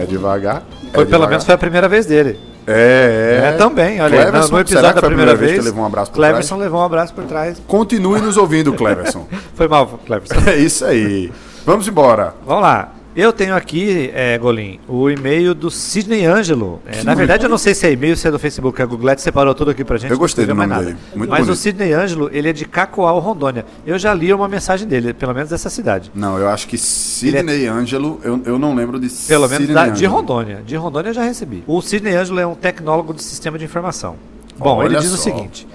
S2: é devagar. é
S1: Foi, pelo
S2: devagar.
S1: menos foi a primeira vez dele.
S2: É,
S1: É, também, olha aí,
S2: Cleverson,
S1: no, no episódio
S2: será que
S1: da
S2: foi a
S1: primeira, vez,
S2: que levou um abraço por
S1: Cleverson levou um abraço por trás.
S2: trás? Continue nos ouvindo, Cleverson.
S1: Foi mal, Cleverson.
S2: é isso aí. Vamos embora.
S1: Vamos lá. Eu tenho aqui, é, Golim, o e-mail do Sidney Ângelo. É, na verdade, eu não sei se é e-mail, se é do Facebook, a Googlette separou tudo aqui pra gente.
S2: Eu gostei
S1: não
S2: do
S1: escreveu
S2: nome
S1: mais
S2: dele, muito
S1: Mas o
S2: bonito.
S1: Sidney Ângelo, ele é de Cacoal, Rondônia. Eu já li uma mensagem dele, pelo menos dessa cidade.
S2: Não, eu acho que Sidney Ângelo, eu, eu não lembro de
S1: é- Pelo menos
S2: Sidney
S1: da- de
S2: Ângelo.
S1: Rondônia. De Rondônia eu já recebi. O Sidney Ângelo é um tecnólogo de sistema de informação. Bom, ele
S2: Olha
S1: diz o
S2: só.
S1: seguinte.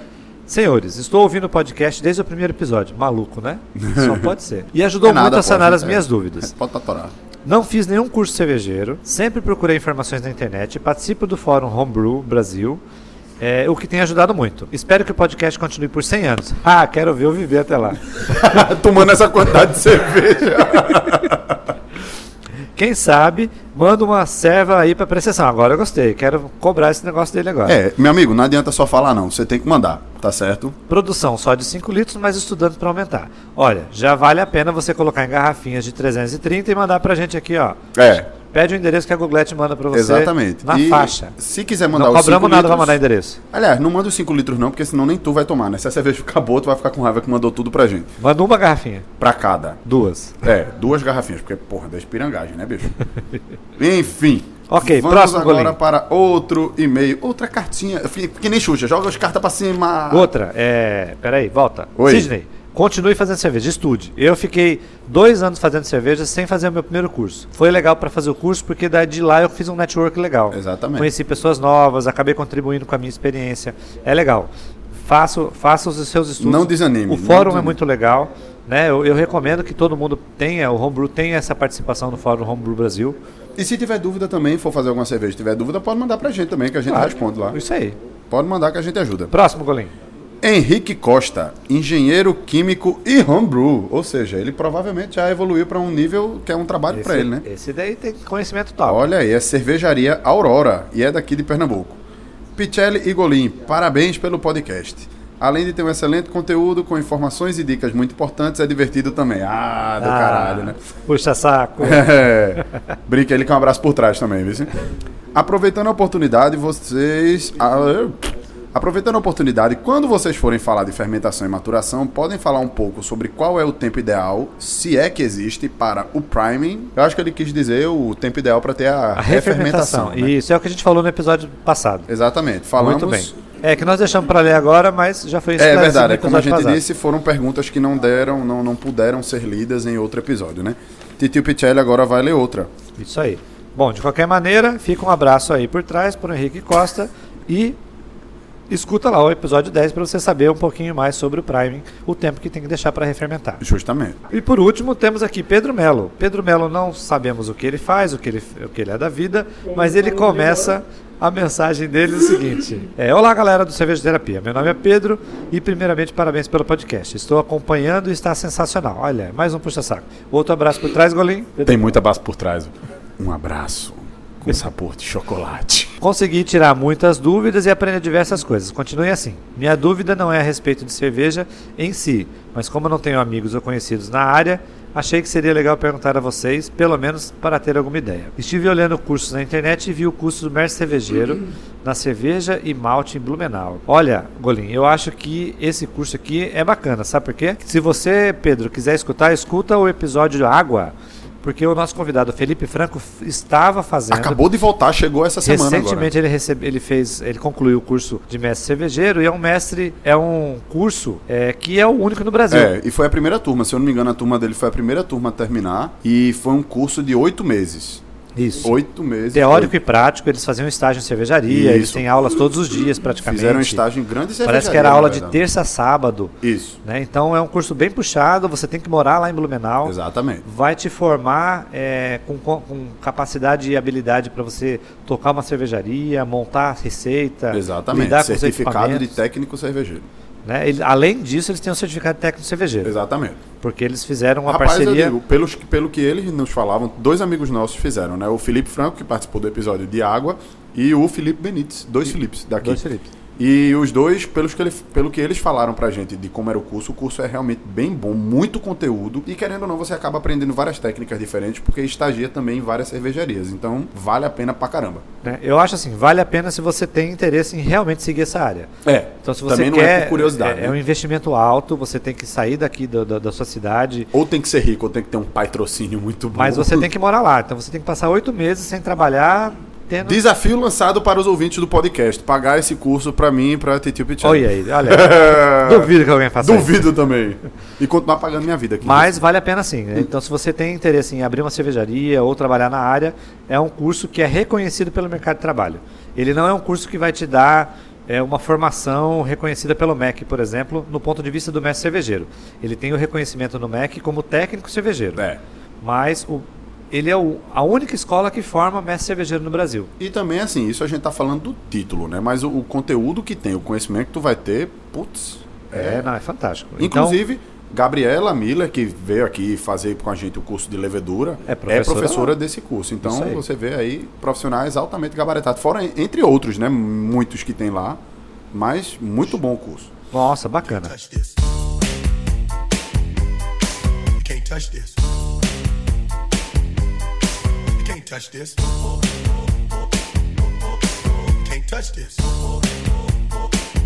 S1: Senhores, estou ouvindo o podcast desde o primeiro episódio. Maluco, né? Só pode ser. E ajudou
S2: É nada,
S1: muito a sanar
S2: pode,
S1: as
S2: é.
S1: minhas dúvidas.
S2: Pode tatuar.
S1: Não fiz nenhum curso cervejeiro, sempre procurei informações na internet, participo do fórum Homebrew Brasil, é, o que tem ajudado muito. Espero que o podcast continue por 100 anos. Ah, quero ver eu viver até lá.
S2: Tomando essa quantidade de cerveja.
S1: Quem sabe, manda uma serva aí pra apreciação. Agora eu gostei, quero cobrar esse negócio dele agora.
S2: É, meu amigo, não adianta só falar não, você tem que mandar, tá certo?
S1: Produção só de 5 litros, mas estudando pra aumentar. Olha, já vale a pena você colocar em garrafinhas de 330 e mandar pra gente aqui, ó.
S2: É,
S1: Pede o endereço que a Googlete manda pra você.
S2: exatamente.
S1: Na
S2: E
S1: faixa.
S2: Se quiser mandar
S1: Não
S2: os 5
S1: cobramos
S2: litros...
S1: nada pra mandar endereço.
S2: Aliás, não manda os 5 litros não, porque senão nem tu vai tomar, né? Se a cerveja ficar boa, tu vai ficar com raiva que mandou tudo pra gente.
S1: Manda uma garrafinha.
S2: Pra cada.
S1: Duas.
S2: É, duas garrafinhas, porque, porra, da espirangagem, né, bicho? Enfim.
S1: Ok,
S2: vamos
S1: próximo,
S2: agora
S1: Golim.
S2: para outro e-mail. Outra cartinha. Fi- Que nem Xuxa, joga as cartas pra cima.
S1: Outra, é. Peraí, volta.
S2: Ah. Oi.
S1: Sidney, continue fazendo cerveja, estude. Eu fiquei dois anos fazendo cerveja sem fazer o meu primeiro curso. Foi legal pra fazer o curso porque daí de lá eu fiz um network legal.
S2: Exatamente.
S1: Conheci pessoas novas, acabei contribuindo com a minha experiência. É legal. Faço, faça os seus estudos.
S2: Não desanime,
S1: O
S2: não
S1: fórum é
S2: desanime.
S1: muito legal. Né? Eu, eu recomendo que todo mundo tenha, o Homebrew tenha essa participação no Fórum Homebrew Brasil.
S2: E se tiver dúvida também, for fazer alguma cerveja, tiver dúvida, pode mandar pra gente também, que a gente responde lá.
S1: Isso aí.
S2: Pode mandar que a gente ajuda.
S1: Próximo, Golim.
S2: Henrique Costa, engenheiro químico e homebrew. Ou seja, ele provavelmente já evoluiu pra um nível que é um trabalho pra ele, né?
S1: esse daí tem conhecimento tal.
S2: Olha aí, é Cervejaria Aurora e é daqui de Pernambuco. Picelli e Golim, parabéns pelo podcast. Além de ter um excelente conteúdo com informações e dicas muito importantes, é divertido também. Ah, do
S1: Ah,
S2: caralho, né?
S1: Puxa saco.
S2: É. Brinca ele com um abraço por trás também, viu? sim? Aproveitando a oportunidade, vocês. Ah, eu- Aproveitando a oportunidade, quando vocês forem falar de fermentação e maturação, podem falar um pouco sobre qual é o tempo ideal, se é que existe, para o priming. Eu acho que ele quis dizer o tempo ideal para ter a,
S1: A
S2: refermentação.
S1: refermentação.
S2: né?
S1: Isso é o que a gente falou no episódio passado.
S2: Exatamente. Falamos.
S1: Muito bem. É que nós deixamos pra ler agora, mas já foi
S2: É
S1: esclarecido
S2: verdade,
S1: no
S2: é como a
S1: episódio
S2: gente
S1: passado.
S2: disse, foram perguntas que não deram, não, não puderam ser lidas em outro episódio, né? Titio Picelli agora vai ler outra.
S1: Isso aí. Bom, de qualquer maneira, fica um abraço aí por trás para Henrique Costa e escuta lá o episódio 10 para você saber um pouquinho mais sobre o priming, o tempo que tem que deixar para refermentar.
S2: Justamente.
S1: E por último, temos aqui Pedro Melo. Pedro Melo não sabemos o que ele faz, o que ele, o que ele é da vida, mas ele começa a mensagem dele o seguinte: é, Olá, galera do Cerveja Terapia. Meu nome é Pedro e, primeiramente, parabéns pelo podcast. Estou acompanhando e está sensacional. Olha, mais um puxa-saco. Outro abraço por trás, Golim.
S2: Tem muita base por trás. Um abraço
S1: É.
S2: com sabor de chocolate.
S1: Consegui tirar muitas dúvidas e aprender diversas coisas. Continue assim. Minha dúvida não é a respeito de cerveja em si, mas como eu não tenho amigos ou conhecidos na área, achei que seria legal perguntar a vocês, pelo menos para ter alguma ideia. Estive olhando cursos na internet e vi o curso do mestre cervejeiro na cerveja e malte em Blumenau. Olha, Golim, eu acho que esse curso aqui é bacana, sabe por quê? Se você, Pedro, quiser escutar, escuta o episódio Água. Porque o nosso convidado Felipe Franco f- estava fazendo.
S2: Acabou de voltar, chegou essa semana agora.
S1: Recentemente ele, recebe, ele fez, ele concluiu o curso de mestre cervejeiro e é um mestre, é um curso é, que é o único no Brasil.
S2: É, e foi a primeira turma, se eu não me engano, a turma dele foi a primeira turma a terminar. E foi um curso de oito meses.
S1: Isso.
S2: Oito meses.
S1: Teórico
S2: Oito.
S1: e prático, eles faziam estágio em cervejaria,
S2: Isso.
S1: eles têm aulas todos os dias praticamente.
S2: Fizeram um estágio em grandes
S1: Parece que era aula de
S2: terça.
S1: terça a sábado,
S2: Isso,
S1: né? Então é um curso bem puxado, você tem que morar lá em Blumenau.
S2: exatamente.
S1: Vai te formar é, com, co- com capacidade e habilidade para você tocar uma cervejaria, montar receita,
S2: Exatamente.
S1: lidar com os
S2: Certificado de
S1: equipamentos.
S2: técnico cervejeiro.
S1: Né? Ele- além disso, eles têm um certificado técnico cervejeiro,
S2: Exatamente.
S1: porque eles fizeram uma
S2: Rapaz,
S1: parceria.
S2: eu digo, pelos, pelo que eles nos falavam, dois amigos nossos fizeram, né? O Felipe Franco, que participou do episódio de Água, e o Felipe Benítez. Dois Filipes daqui.
S1: Dois Felipes.
S2: E os dois, pelos que ele, pelo que eles falaram pra gente de como era o curso, o curso é realmente bem bom, muito conteúdo. E querendo ou não, você acaba aprendendo várias técnicas diferentes, porque estagia também em várias cervejarias. Então, vale a pena pra caramba.
S1: né? Eu acho assim, vale a pena se você tem interesse em realmente seguir essa área.
S2: É.
S1: Então, se você
S2: também
S1: quer,
S2: não é por curiosidade.
S1: é, é um
S2: né?
S1: investimento alto. Você tem que sair daqui do- do- da sua cidade.
S2: Ou tem que ser rico, ou tem que ter um patrocínio muito bom.
S1: Mas você tem que morar lá. Então você tem que passar oito meses sem trabalhar, tendo.
S2: Desafio lançado para os ouvintes do podcast. Pagar esse curso pra mim e pra Titio Pichel.
S1: Olha aí, olha. aí. Duvido que alguém faça isso.
S2: Duvido também. E continuar pagando minha vida aqui.
S1: Mas vale a pena sim. né? Então, se você tem interesse em abrir uma cervejaria ou trabalhar na área, é um curso que é reconhecido pelo mercado de trabalho. Ele não é um curso que vai te dar é, uma formação reconhecida pelo MEC, por exemplo, no ponto de vista do mestre cervejeiro. Ele tem o reconhecimento no MEC como técnico cervejeiro.
S2: É.
S1: Mas o- ele é o- a única escola que forma mestre cervejeiro no Brasil.
S2: E também, assim, isso a gente tá falando do título, né? Mas o, o conteúdo que tem, o conhecimento que tu vai ter, putz.
S1: É, não, é fantástico. Então,
S2: Inclusive, Gabriela Miller, que veio aqui fazer com a gente o curso de levedura,
S1: É professora lá.
S2: desse
S1: Isso
S2: curso. Então,
S1: aí.
S2: você vê aí profissionais altamente gabaritados. Fora, entre outros, né? Muitos que tem lá. Mas, muito bom o curso.
S1: Então, nossa, bacana.
S7: touch this. You can't touch this. You can't touch this. You can't touch this.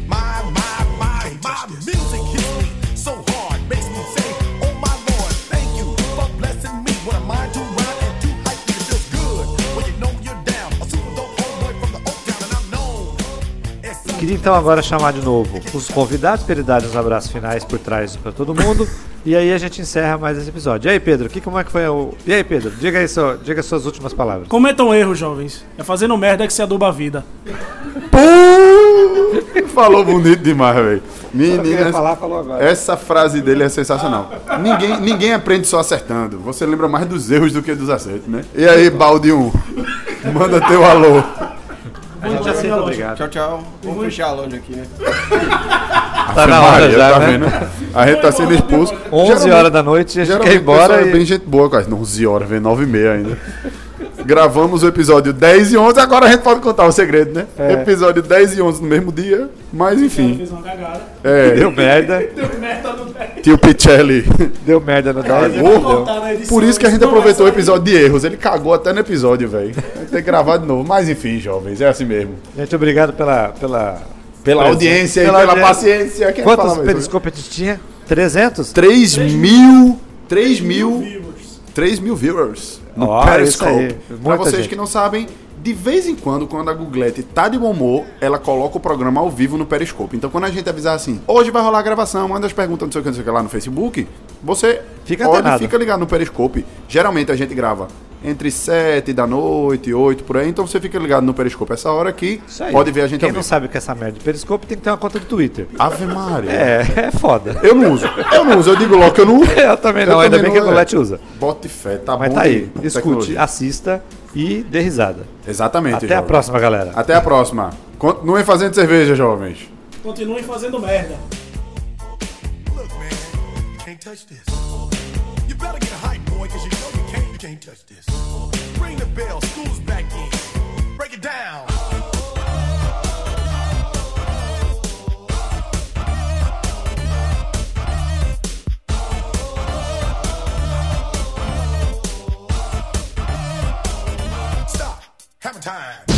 S7: My, my, my, my music hits me so hard, makes me say, Oh my Lord, thank you for blessing me. What am I to rhyme and too hype? It feels good when you know you're down. A super dope homeboy from the Oak Town, and I'm known. as such.
S1: Queria então agora chamar de novo os convidados para ele dar os abraços finais por trás para todo mundo. e aí a gente encerra mais esse episódio. E aí, Pedro, que, como é que foi o. E aí, Pedro, diga aí só, diga as suas últimas palavras.
S3: Cometam erros, jovens. É fazendo merda que se aduba a vida.
S2: Falou bonito demais, velho. Menina,
S1: falou agora.
S2: essa frase dele é sensacional. Ninguém, ninguém aprende só acertando. Você lembra mais dos erros do que dos acertos, né? E aí, balde 1, manda teu alô.
S1: A gente aceita, obrigado.
S5: Tchau, tchau. Vamos fechar a loja aqui, né?
S1: Tá na hora
S2: Maria,
S1: já,
S2: tá
S1: né?
S2: vendo? A gente tá sendo expulso.
S1: 11
S2: Geralmente-
S1: horas da noite, a gente
S2: Geralmente
S1: quer ir embora.
S2: o pessoal
S1: E...
S2: é bem gente boa, quase. 11 horas, vem 9 e meia ainda. Gravamos o episódio 10 e 11, agora a gente pode contar o segredo, né?
S1: É.
S2: Episódio 10 e 11 no mesmo dia, mas enfim. É,
S3: Fiz uma cagada.
S1: Deu merda,
S3: Merda no pé.
S2: Tio Picelli
S1: deu merda na
S2: Cagou.
S1: dose.
S2: Por isso que a gente aproveitou o episódio de erros. Ele cagou até no episódio, velho. Tem que gravar de novo. Mas enfim, jovens, é assim mesmo.
S1: Gente, obrigado pela, pela
S2: Pela audiência e
S1: Pela
S2: pela,
S1: audiência.
S2: paciência. Quem
S1: Quantos
S2: fala mesmo?
S1: periscopes a gente tinha? 300?
S2: 3 mil. 3 mil.
S3: Viewers.
S2: 3 mil viewers no
S1: Ó,
S2: Periscope.
S1: isso aí.
S2: Pra
S1: Muita
S2: vocês
S1: gente.
S2: que não sabem, de vez em quando, quando a Googlete tá de bom humor, ela coloca o programa ao vivo no Periscope. Então, quando a gente avisar assim, hoje vai rolar a gravação, manda as perguntas, não sei o que, não sei o que lá no Facebook, você
S1: Fica
S2: pode
S1: antenado.
S2: fica ligado no Periscope. Geralmente a gente grava entre 7 da noite, 8 por aí, então você fica ligado no Periscope essa hora aqui,
S1: Isso aí.
S2: pode ver a gente
S1: Quem
S2: ao
S1: não
S2: vivo.
S1: sabe o que é essa merda de periscope tem que ter uma conta de Twitter.
S2: Ave Maria.
S1: É, é foda.
S2: Eu não uso. Eu não uso, eu digo logo que eu não uso.
S1: Eu também não,
S2: Eu
S1: ainda bem
S2: também
S1: que a
S2: não, é.
S1: Golete usa.
S2: Bote fé, tá
S1: Mas
S2: bom.
S1: tá aí.
S2: de
S1: Escute,
S2: tecnologia.
S1: assista e dê risada.
S2: Exatamente,
S1: Até a
S2: jovem.
S1: próxima, galera.
S2: Até a próxima. Continuem fazendo cerveja, jovens.
S3: Continuem fazendo merda.
S7: Look, man, you can't touch this. You better get a hype, boy, cause you know you can't, you can't touch this. Ring the bell, school's back in. Break it down. Stop. Having time.